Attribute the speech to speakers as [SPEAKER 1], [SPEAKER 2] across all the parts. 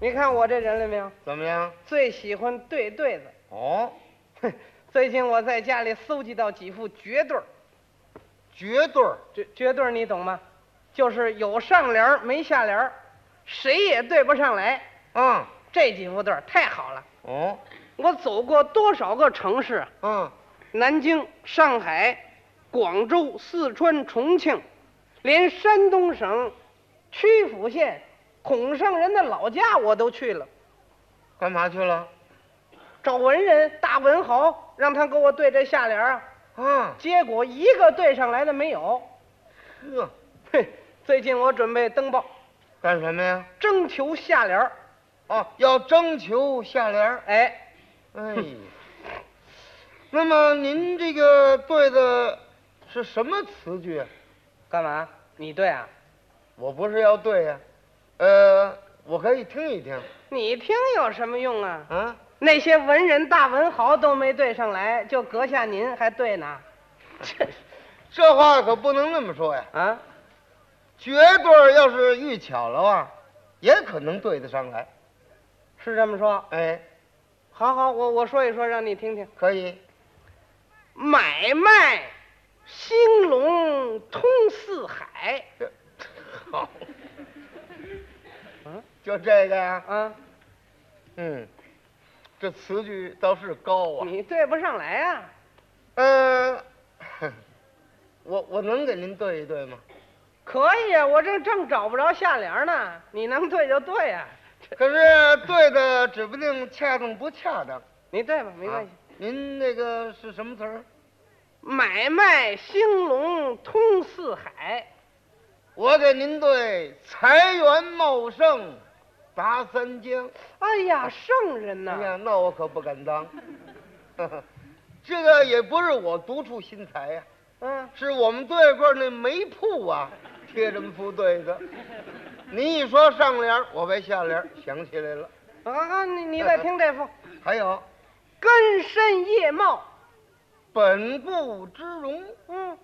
[SPEAKER 1] 你看我这人了没有？
[SPEAKER 2] 怎么样？
[SPEAKER 1] 最喜欢对对子。
[SPEAKER 2] 哦，
[SPEAKER 1] 哼 最近我在家里搜集到几副绝对儿，
[SPEAKER 2] 绝对儿
[SPEAKER 1] 绝绝对儿你懂吗？就是有上联儿没下联儿，谁也对不上来。
[SPEAKER 2] 嗯，
[SPEAKER 1] 这几副对儿太好了，
[SPEAKER 2] 哦，
[SPEAKER 1] 我走过多少个城市啊？
[SPEAKER 2] 嗯，
[SPEAKER 1] 南京、上海、广州、四川、重庆，连山东省曲阜县孔圣人的老家我都去了，
[SPEAKER 2] 干嘛去了？
[SPEAKER 1] 找文人大文豪，让他给我对这下联啊，
[SPEAKER 2] 啊，
[SPEAKER 1] 结果一个对上来的没有。
[SPEAKER 2] 呵，
[SPEAKER 1] 嘿，最近我准备登报，
[SPEAKER 2] 干什么呀？
[SPEAKER 1] 征求下联儿
[SPEAKER 2] 哦，要征求下联儿。
[SPEAKER 1] 哎，
[SPEAKER 2] 哎，那么您这个对的是什么词句啊？
[SPEAKER 1] 干嘛？你对啊？
[SPEAKER 2] 我不是要对呀、呃，我可以听一听
[SPEAKER 1] 你听有什么用啊？
[SPEAKER 2] 啊。
[SPEAKER 1] 那些文人大文豪都没对上来，就阁下您还对呢？这
[SPEAKER 2] 这话可不能那么说呀，
[SPEAKER 1] 啊？
[SPEAKER 2] 绝对儿要是遇巧了啊，也可能对得上来。
[SPEAKER 1] 是这么说。
[SPEAKER 2] 哎，
[SPEAKER 1] 好好，我我说一说，让你听听。
[SPEAKER 2] 可以，
[SPEAKER 1] 买卖兴隆通四海
[SPEAKER 2] 这好，
[SPEAKER 1] 嗯
[SPEAKER 2] 就这个呀，
[SPEAKER 1] 啊，
[SPEAKER 2] 嗯，这词句倒是高啊。
[SPEAKER 1] 你对不上来啊？
[SPEAKER 2] 嗯、 我我能给您对一对吗？
[SPEAKER 1] 可以啊，我这正找不着下联呢。你能对就对啊呀、
[SPEAKER 2] 可是对的指不定恰当不恰当，
[SPEAKER 1] 你对吧？没关系。
[SPEAKER 2] 啊您那个是什么词儿？
[SPEAKER 1] 买卖兴隆通四海，
[SPEAKER 2] 我给您对财源茂盛，达三江。
[SPEAKER 1] 哎呀，圣人
[SPEAKER 2] 哎
[SPEAKER 1] 呐！
[SPEAKER 2] 呀，那我可不敢当。 这个也不是我独出心裁啊呀、
[SPEAKER 1] 嗯，
[SPEAKER 2] 是我们对过那煤铺啊，贴这么副对子。您一说上联儿，我为下联儿想起来了。
[SPEAKER 1] 啊啊，你
[SPEAKER 2] 呃
[SPEAKER 1] 你再听这副，
[SPEAKER 2] 还有
[SPEAKER 1] 根深叶茂，
[SPEAKER 2] 本固之荣，
[SPEAKER 1] 嗯，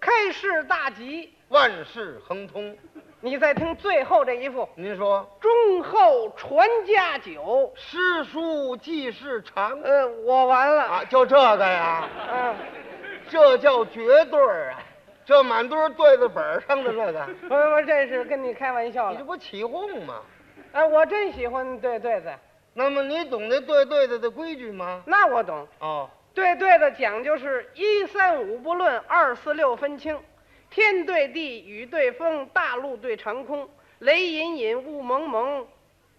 [SPEAKER 1] 开市大吉。
[SPEAKER 2] 万事亨通。
[SPEAKER 1] 你再听最后这一副，
[SPEAKER 2] 您说
[SPEAKER 1] 忠厚传家久。
[SPEAKER 2] 诗书记事长
[SPEAKER 1] 呃，我完了。
[SPEAKER 2] 啊，就这个呀，
[SPEAKER 1] 啊，
[SPEAKER 2] 这叫绝对儿啊，这满都是对子本儿上的那个，
[SPEAKER 1] 不是不是，这是跟你开玩笑
[SPEAKER 2] 你这
[SPEAKER 1] 了。
[SPEAKER 2] 不起哄吗？
[SPEAKER 1] 哎、我真喜欢对对子，
[SPEAKER 2] 那么你懂得对对子的规矩吗？
[SPEAKER 1] 那我懂。
[SPEAKER 2] 哦，
[SPEAKER 1] 对对子讲究是一三五不论，二四六分清，天对地，雨对风，大陆对长空，雷隐隐，雾蒙蒙，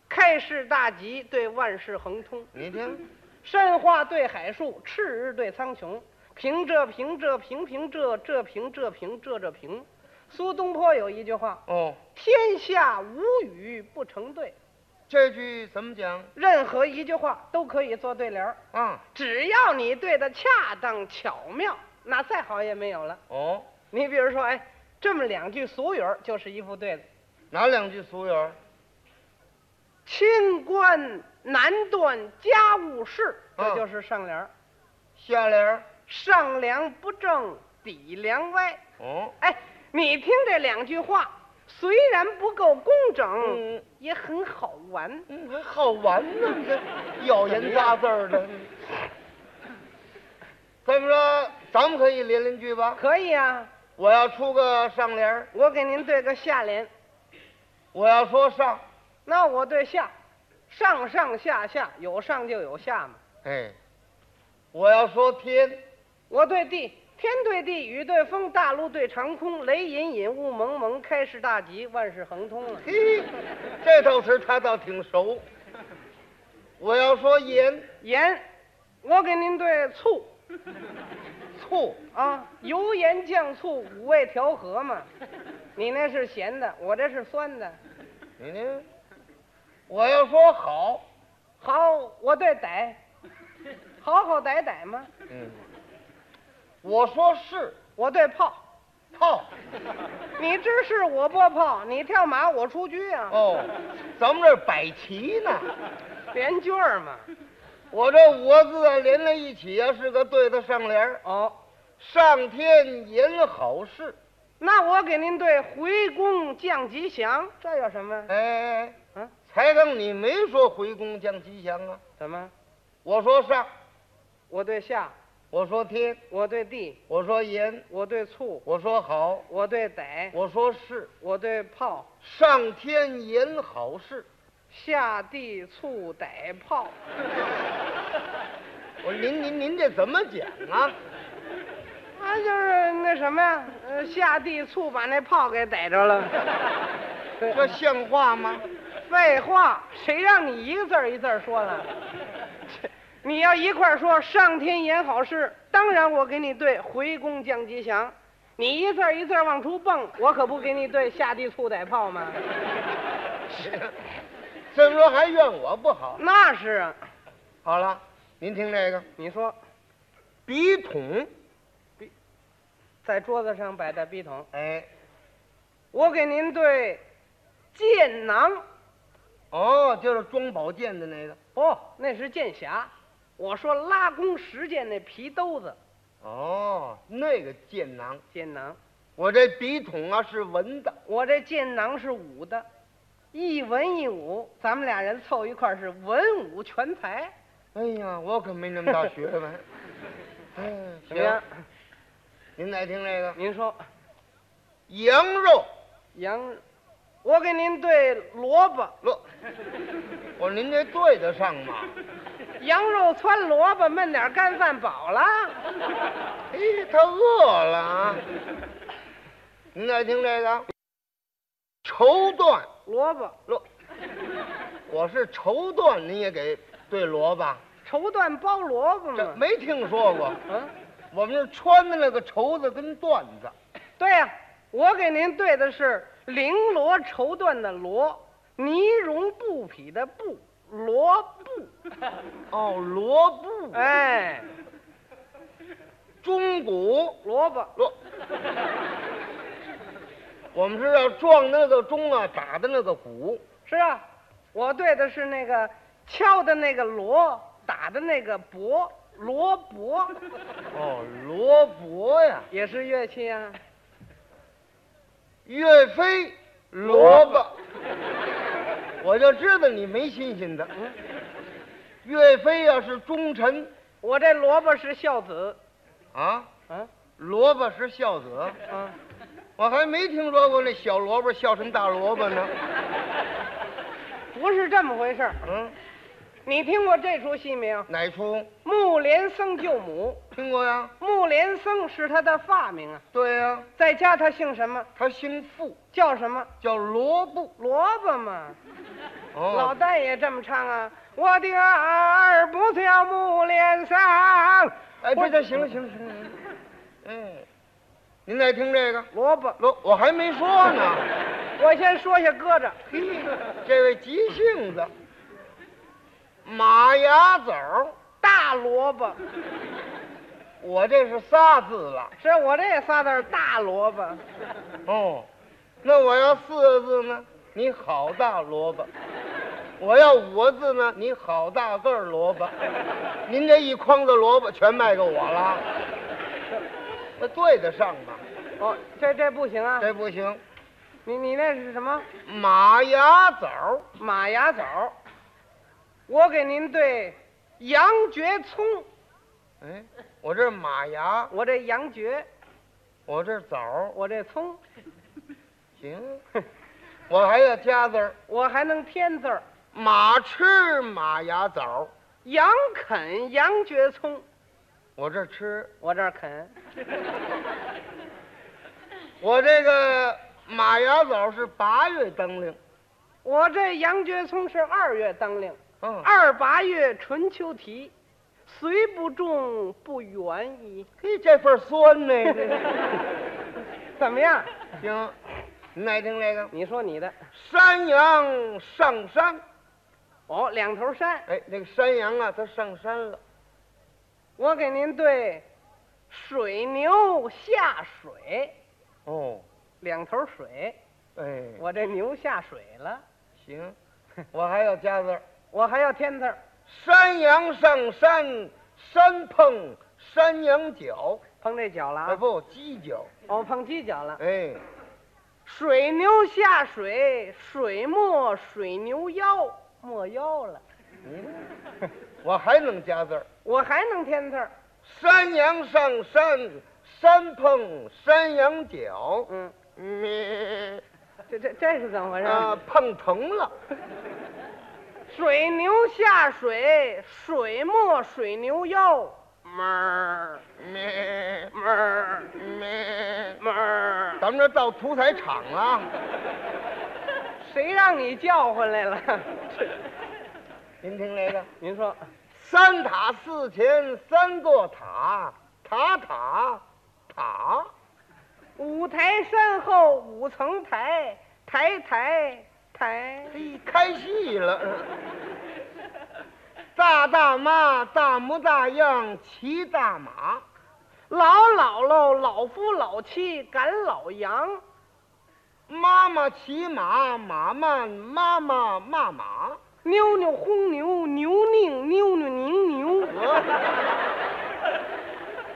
[SPEAKER 1] 开市大吉，对万事亨通。
[SPEAKER 2] 你听，
[SPEAKER 1] 山花对海树，赤日对苍穹，平仄平仄平平仄仄平仄平仄仄平。苏东坡有一句话
[SPEAKER 2] 哦，：“
[SPEAKER 1] 天下无语不成对。”
[SPEAKER 2] 这句怎么讲
[SPEAKER 1] 任何一句话都可以做对联儿，
[SPEAKER 2] 啊？
[SPEAKER 1] 只要你对的恰当巧妙，那再好也没有了。
[SPEAKER 2] 哦，
[SPEAKER 1] 你比如说，哎，这么两句俗语儿就是一副对子：
[SPEAKER 2] 哪两句俗语儿？
[SPEAKER 1] 清官难断家务事，
[SPEAKER 2] 嗯
[SPEAKER 1] 这就是上联儿；
[SPEAKER 2] 下联儿
[SPEAKER 1] 上梁不正底梁歪。
[SPEAKER 2] 哦，
[SPEAKER 1] 哎，你听这两句话，虽然不够工整，
[SPEAKER 2] 嗯
[SPEAKER 1] 也很好玩。
[SPEAKER 2] 嗯，还好玩呢，你这咬言扎字儿的。这么说，咱们可以连连句吧？
[SPEAKER 1] 可以啊，
[SPEAKER 2] 我要出个上联儿，
[SPEAKER 1] 我给您对个下联。
[SPEAKER 2] 我要说上，
[SPEAKER 1] 那我对下，上上下下有上就有下嘛。
[SPEAKER 2] 哎，我要说天，
[SPEAKER 1] 我对地，天对地，雨对风，大陆对长空，雷隐隐，雾蒙蒙，开市大吉，万事亨通了。
[SPEAKER 2] 嘿，这套词儿他倒挺熟。我要说盐、
[SPEAKER 1] 盐，我给您对醋
[SPEAKER 2] 醋，
[SPEAKER 1] 啊，油盐酱醋五味调和嘛。你那是咸的，我这是酸的。
[SPEAKER 2] 你呢？哎我要说好，
[SPEAKER 1] 好，我对歹，好好歹歹嘛。
[SPEAKER 2] 嗯，我说是
[SPEAKER 1] 我对炮，
[SPEAKER 2] 炮
[SPEAKER 1] 你支是我拨炮，你跳马我出车啊，
[SPEAKER 2] 哦，咱们这儿摆旗呢。
[SPEAKER 1] 连句儿嘛。
[SPEAKER 2] 我这五个字啊连在一起啊，是个对的上联儿
[SPEAKER 1] 哦。
[SPEAKER 2] 上天言好事，
[SPEAKER 1] 那我给您对回宫降吉祥，这有什么？
[SPEAKER 2] 哎哎哎，
[SPEAKER 1] 嗯，
[SPEAKER 2] 抬杠你没说回宫降吉祥啊，
[SPEAKER 1] 怎么？
[SPEAKER 2] 我说上，
[SPEAKER 1] 我对下，
[SPEAKER 2] 我说天，
[SPEAKER 1] 我对地，
[SPEAKER 2] 我说盐，
[SPEAKER 1] 我对醋，
[SPEAKER 2] 我说好，
[SPEAKER 1] 我对逮，
[SPEAKER 2] 我说是，
[SPEAKER 1] 我对泡，
[SPEAKER 2] 上天言好事，
[SPEAKER 1] 下地醋逮泡。
[SPEAKER 2] 我说您您您这怎么讲啊？
[SPEAKER 1] 啊，就是那什么呀，呃，下地醋把那泡给逮着了。啊
[SPEAKER 2] 这像话吗？
[SPEAKER 1] 废话，谁让你一个字儿一字儿说了？切 你要一块儿说上天言好事，当然我给你对回宫降吉祥。你一字儿一字儿往出蹦，我可不给你对下地醋逮炮吗？
[SPEAKER 2] 这么说还怨我不好。
[SPEAKER 1] 那是啊，
[SPEAKER 2] 好了，您听这个
[SPEAKER 1] 你说
[SPEAKER 2] 笔筒，
[SPEAKER 1] 在桌子上摆的笔筒，
[SPEAKER 2] 哎，
[SPEAKER 1] 我给您对剑囊，
[SPEAKER 2] 哦，就是装宝剑的那个，
[SPEAKER 1] 哦，那是剑匣。我说拉弓十箭那皮兜子，
[SPEAKER 2] 哦，那个剑囊。
[SPEAKER 1] 剑囊。
[SPEAKER 2] 我这笔筒啊是文的，
[SPEAKER 1] 我这剑囊是武的，一文一武，咱们俩人凑一块儿是文武全才，
[SPEAKER 2] 哎呀，我可没那么大 学问。嗯，
[SPEAKER 1] 怎么
[SPEAKER 2] 行
[SPEAKER 1] 样，？
[SPEAKER 2] 您再听这个
[SPEAKER 1] 您说，
[SPEAKER 2] 羊肉
[SPEAKER 1] 羊，我给您对萝卜，
[SPEAKER 2] 罗，我说哦您这对得上吗？
[SPEAKER 1] 羊肉汆萝卜，焖点干饭饱了。
[SPEAKER 2] 哎，他饿了啊。您再听这个绸缎
[SPEAKER 1] 萝卜，
[SPEAKER 2] 罗，我是绸缎，您也给对萝卜，
[SPEAKER 1] 绸缎包萝卜
[SPEAKER 2] 这
[SPEAKER 1] 嘛。
[SPEAKER 2] 没听说过。
[SPEAKER 1] 嗯，
[SPEAKER 2] 我们是穿的那个绸子跟缎子，
[SPEAKER 1] 对呀、我给您对的是绫罗绸缎的罗，呢绒布匹的布，罗布。
[SPEAKER 2] 哦，罗布，
[SPEAKER 1] 哎，
[SPEAKER 2] 中鼓。
[SPEAKER 1] 萝卜，
[SPEAKER 2] 落。我们是要撞的那个钟啊，打的那个鼓。
[SPEAKER 1] 是啊，我对的是那个敲的那个锣，打的那个钹，锣钹
[SPEAKER 2] 哦，罗伯呀，
[SPEAKER 1] 也是乐器啊。
[SPEAKER 2] 岳飞，萝卜。我就知道你没新鲜的。嗯岳飞呀、是忠臣
[SPEAKER 1] 我这萝卜是孝子，
[SPEAKER 2] 啊，
[SPEAKER 1] 啊
[SPEAKER 2] 萝卜是孝子。
[SPEAKER 1] 啊，
[SPEAKER 2] 我还没听说过那小萝卜孝顺大萝卜呢。
[SPEAKER 1] 不是这么回事儿。
[SPEAKER 2] 嗯，
[SPEAKER 1] 你听过这出戏没有？
[SPEAKER 2] 哪出？
[SPEAKER 1] 木莲僧救母，
[SPEAKER 2] 听过呀？
[SPEAKER 1] 木莲僧是他的发明啊，
[SPEAKER 2] 对呀、
[SPEAKER 1] 在家他姓什么？
[SPEAKER 2] 他姓傅，
[SPEAKER 1] 叫什么？
[SPEAKER 2] 叫罗布。
[SPEAKER 1] 萝卜嘛。
[SPEAKER 2] 哦，
[SPEAKER 1] 老旦也这么唱啊，我的儿不叫木莲僧。
[SPEAKER 2] 哎，
[SPEAKER 1] 我
[SPEAKER 2] 这这行了行了行了，行了嗯，您再听这个，
[SPEAKER 1] 萝卜，
[SPEAKER 2] 我我还没说呢，
[SPEAKER 1] 我先说下搁着。
[SPEAKER 2] 这位急性子，马牙枣儿，
[SPEAKER 1] 大萝卜，
[SPEAKER 2] 我这是仨字了，
[SPEAKER 1] 是我这仨字儿大萝卜，
[SPEAKER 2] 哦，那我要四个字呢？你好大萝卜，我要五个字呢？你好大个儿萝卜，您这一筐子萝卜全卖给我了，那对得上吗？
[SPEAKER 1] 哦，这这不行啊！
[SPEAKER 2] 这不行，
[SPEAKER 1] 你你那是什么
[SPEAKER 2] 马牙枣儿。
[SPEAKER 1] 马牙枣儿？我给您对羊蕨葱，
[SPEAKER 2] 哎，我这马牙，
[SPEAKER 1] 我这羊蕨，
[SPEAKER 2] 我这枣儿，
[SPEAKER 1] 我这葱，
[SPEAKER 2] 行， 我还要加字儿，
[SPEAKER 1] 我还能添字儿，
[SPEAKER 2] 马吃马牙枣儿，
[SPEAKER 1] 羊啃羊蕨葱，
[SPEAKER 2] 我这吃，
[SPEAKER 1] 我这儿啃，
[SPEAKER 2] 我这个马牙枣儿是八月当令，
[SPEAKER 1] 我这羊蕨葱是二月当令，
[SPEAKER 2] 嗯，
[SPEAKER 1] 二八月春秋啼，虽不种不远矣。
[SPEAKER 2] 嘿，这份儿酸呢，这
[SPEAKER 1] 怎么样？
[SPEAKER 2] 行，您爱听这个，
[SPEAKER 1] 你说你的
[SPEAKER 2] 山羊上山，
[SPEAKER 1] 哦，两头山。
[SPEAKER 2] 哎，那个山羊啊，它上山了，
[SPEAKER 1] 我给您对水牛下水，
[SPEAKER 2] 哦，
[SPEAKER 1] 两头水，
[SPEAKER 2] 哎，
[SPEAKER 1] 我这牛下水了，
[SPEAKER 2] 行，我还要加字儿，
[SPEAKER 1] 我还要添字儿，
[SPEAKER 2] 山羊上山，山碰山羊角。
[SPEAKER 1] 碰这脚了
[SPEAKER 2] 哎
[SPEAKER 1] 啊，
[SPEAKER 2] 不，犄角。
[SPEAKER 1] 哦，碰犄角了，
[SPEAKER 2] 哎，
[SPEAKER 1] 水牛下水，水没水牛腰，没腰了。
[SPEAKER 2] 我还能加字儿。
[SPEAKER 1] 我还能添字儿，
[SPEAKER 2] 山羊上山，山碰山羊角，
[SPEAKER 1] 嗯，
[SPEAKER 2] 咩
[SPEAKER 1] 这这这是怎么回事？
[SPEAKER 2] 啊，碰疼了。
[SPEAKER 1] 水牛下水，水没水牛腰，
[SPEAKER 2] 哞儿咩
[SPEAKER 1] 哞儿
[SPEAKER 2] 啊咩，
[SPEAKER 1] 哞儿。
[SPEAKER 2] 咱们这到屠宰场了，
[SPEAKER 1] 谁让你叫回来了？
[SPEAKER 2] 您听这个，
[SPEAKER 1] 您说，
[SPEAKER 2] 三塔寺前三座塔，塔塔塔，
[SPEAKER 1] 五台山后五层台，台台台。
[SPEAKER 2] 嘿，哎开戏 了。大大妈，大模大样骑大马，
[SPEAKER 1] 老姥姥、老夫老妻赶老羊，
[SPEAKER 2] 妈妈骑马，马慢，妈妈骂马。
[SPEAKER 1] 妞妞轰牛，牛拧妞妞拧牛。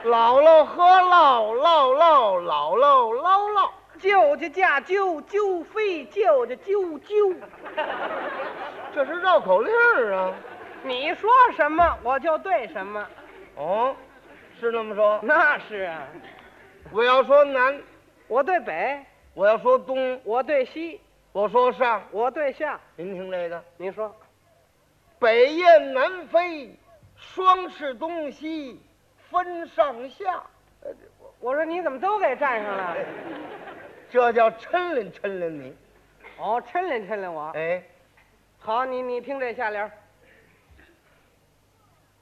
[SPEAKER 2] 姥姥喝酪，姥姥姥姥姥姥，
[SPEAKER 1] 舅舅架揪，揪飞舅舅揪揪。
[SPEAKER 2] 这是绕口令儿啊。
[SPEAKER 1] 你说什么我就对什么。
[SPEAKER 2] 哦，是那么说。
[SPEAKER 1] 那是啊，
[SPEAKER 2] 我要说南，
[SPEAKER 1] 我对北，
[SPEAKER 2] 我要说东，
[SPEAKER 1] 我对西，
[SPEAKER 2] 我说上。
[SPEAKER 1] 我对下。
[SPEAKER 2] 您听这个，
[SPEAKER 1] 您说，
[SPEAKER 2] 北雁南飞，双翅东西分上下，
[SPEAKER 1] 我说你怎么都给占上了？
[SPEAKER 2] 这叫抻溜抻溜你。
[SPEAKER 1] 哦，抻溜抻溜我。
[SPEAKER 2] 哎，
[SPEAKER 1] 好，你你听这下联儿：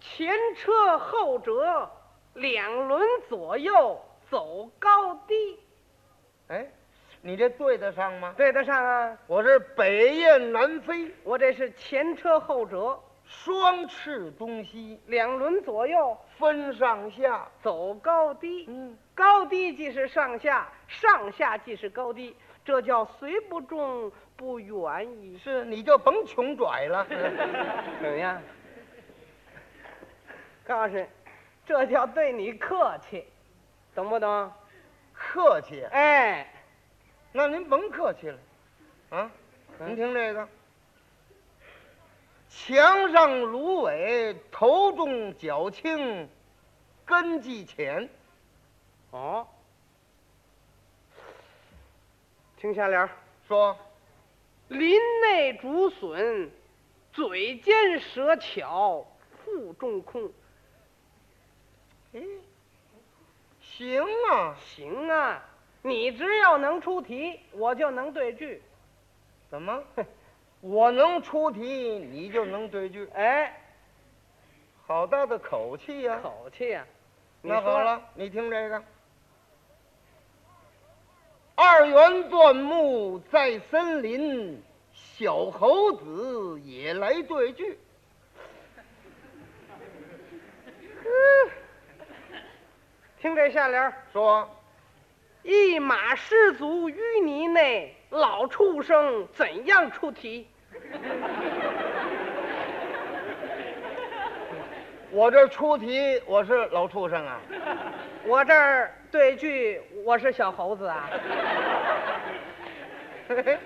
[SPEAKER 1] 前车后辙，两轮左右走高低，
[SPEAKER 2] 哎，你这对得上吗？
[SPEAKER 1] 对得上啊。
[SPEAKER 2] 我是北雁南飞，
[SPEAKER 1] 我这是前车后辙，
[SPEAKER 2] 双翅东西
[SPEAKER 1] 两轮左右
[SPEAKER 2] 分上下。
[SPEAKER 1] 走高低，
[SPEAKER 2] 嗯，
[SPEAKER 1] 高低即是上下，上下即是高低，这叫虽不中不远矣。
[SPEAKER 2] 是，你就甭穷拽了。
[SPEAKER 1] 怎么样？告诉你，这叫对你客气，懂不懂？
[SPEAKER 2] 客气，
[SPEAKER 1] 哎。
[SPEAKER 2] 那您甭客气了，啊，您听这个，墙上芦苇，头重脚轻，根系浅，
[SPEAKER 1] 哦，听下联儿：
[SPEAKER 2] 说
[SPEAKER 1] 林内竹笋，嘴尖舌巧，腹中空。
[SPEAKER 2] 行啊，
[SPEAKER 1] 行啊，你只要能出题，我就能对句。
[SPEAKER 2] 怎么？ 我能出题，你就能对句，
[SPEAKER 1] 哎，
[SPEAKER 2] 好大的口气呀、
[SPEAKER 1] 口气呀、你
[SPEAKER 2] 那
[SPEAKER 1] 说
[SPEAKER 2] 好，了，你听这个。二元断木在森林，小猴子也来对句。
[SPEAKER 1] 听这下联儿：
[SPEAKER 2] 说
[SPEAKER 1] 一马失足淤泥内，老畜生怎样出题？
[SPEAKER 2] 我这出题，我是老畜生啊！
[SPEAKER 1] 我这儿对句，我是小猴子啊，
[SPEAKER 2] 哎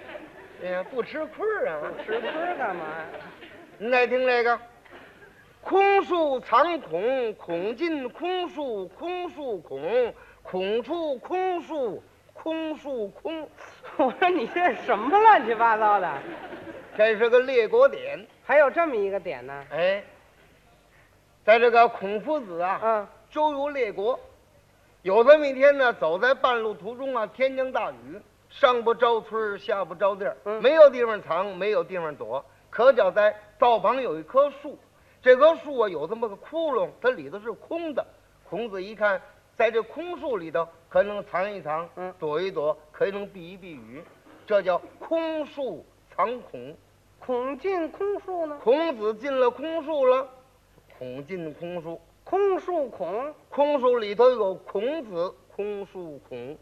[SPEAKER 2] 呀，不吃亏儿啊！
[SPEAKER 1] 吃亏儿干嘛呀？
[SPEAKER 2] 您再听这个，空树藏孔，孔进空树，空树孔，孔出空树，空树空，
[SPEAKER 1] 我说你这什么乱七八糟的？
[SPEAKER 2] 这是个列国典。
[SPEAKER 1] 还有这么一个点呢？
[SPEAKER 2] 哎，在这个孔夫子啊，
[SPEAKER 1] 嗯，
[SPEAKER 2] 周游列国，有这么一天呢，走在半路途中啊，天降大雨，上不着村儿，下不着店儿，
[SPEAKER 1] 嗯
[SPEAKER 2] 没有地方藏，没有地方躲。可巧在道旁有一棵树，这棵树啊有这么个窟窿，它里头是空的。孔子一看，在这空树里头可能藏一藏，
[SPEAKER 1] 嗯
[SPEAKER 2] 躲一躲，可能避一避雨，这叫空树藏孔。
[SPEAKER 1] 孔进空树呢？
[SPEAKER 2] 孔子进了空树了，孔进空树，
[SPEAKER 1] 空树孔，
[SPEAKER 2] 空树里头有孔子，空树孔。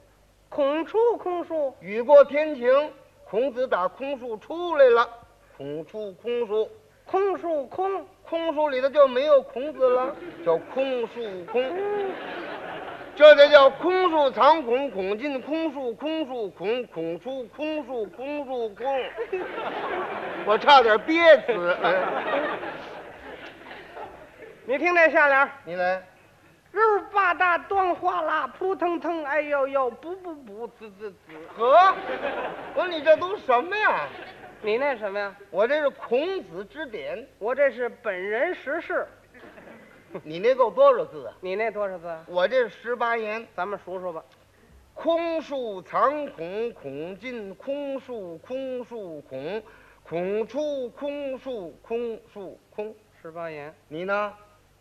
[SPEAKER 1] 孔出空树，
[SPEAKER 2] 雨过天晴，孔子打空树出来了，孔出空树，
[SPEAKER 1] 空树空。
[SPEAKER 2] 空树里头就没有孔子了，叫空树空。这才叫空树藏孔，孔进空树，空树孔，孔出空树，空树空。我差点憋死。哎，
[SPEAKER 1] 你听这下联儿，
[SPEAKER 2] 你来，
[SPEAKER 1] 肉吧嗒端哗啦，扑腾腾，哎呦呦，补补补，滋滋滋。
[SPEAKER 2] 呵，我说你这都什么呀？
[SPEAKER 1] 你那什么呀？
[SPEAKER 2] 我这是孔子之典，
[SPEAKER 1] 我这是本人实事，
[SPEAKER 2] 你那够多少字啊？
[SPEAKER 1] 你那多少字啊？
[SPEAKER 2] 我这十八言，
[SPEAKER 1] 咱们数数吧。
[SPEAKER 2] 空树藏孔，孔进空树，空树孔，孔出空树，空树空。
[SPEAKER 1] 十八言，
[SPEAKER 2] 你呢？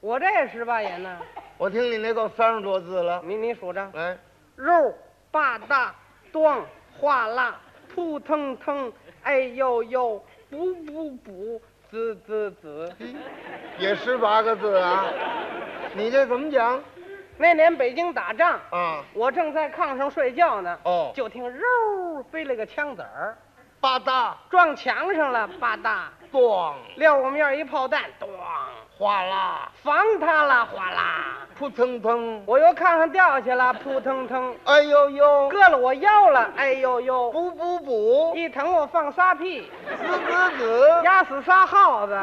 [SPEAKER 1] 我这十八言呢？
[SPEAKER 2] 我听你那够三十多字了。哎
[SPEAKER 1] 你你数着，
[SPEAKER 2] 来，
[SPEAKER 1] 肉吧嗒端哗啦，扑腾腾，哎呦呦，补补补，滋滋滋。
[SPEAKER 2] 也十八个字啊。你这怎么讲
[SPEAKER 1] 那年北京打仗，
[SPEAKER 2] 啊？
[SPEAKER 1] 我正在炕上睡觉呢，
[SPEAKER 2] 哦，
[SPEAKER 1] 就听肉飞了个枪子儿，
[SPEAKER 2] 吧嗒
[SPEAKER 1] 撞墙上了，吧嗒，
[SPEAKER 2] 咣
[SPEAKER 1] 撂我面一炮弹，咚，
[SPEAKER 2] 哗啦，
[SPEAKER 1] 防他了，哗啦。
[SPEAKER 2] 扑腾腾，
[SPEAKER 1] 我由炕上掉下去了，扑腾腾，
[SPEAKER 2] 哎呦呦，
[SPEAKER 1] 硌了我腰了，哎呦呦！
[SPEAKER 2] 补补补，
[SPEAKER 1] 一疼我放仨屁，
[SPEAKER 2] 滋滋滋。
[SPEAKER 1] 压死仨耗子。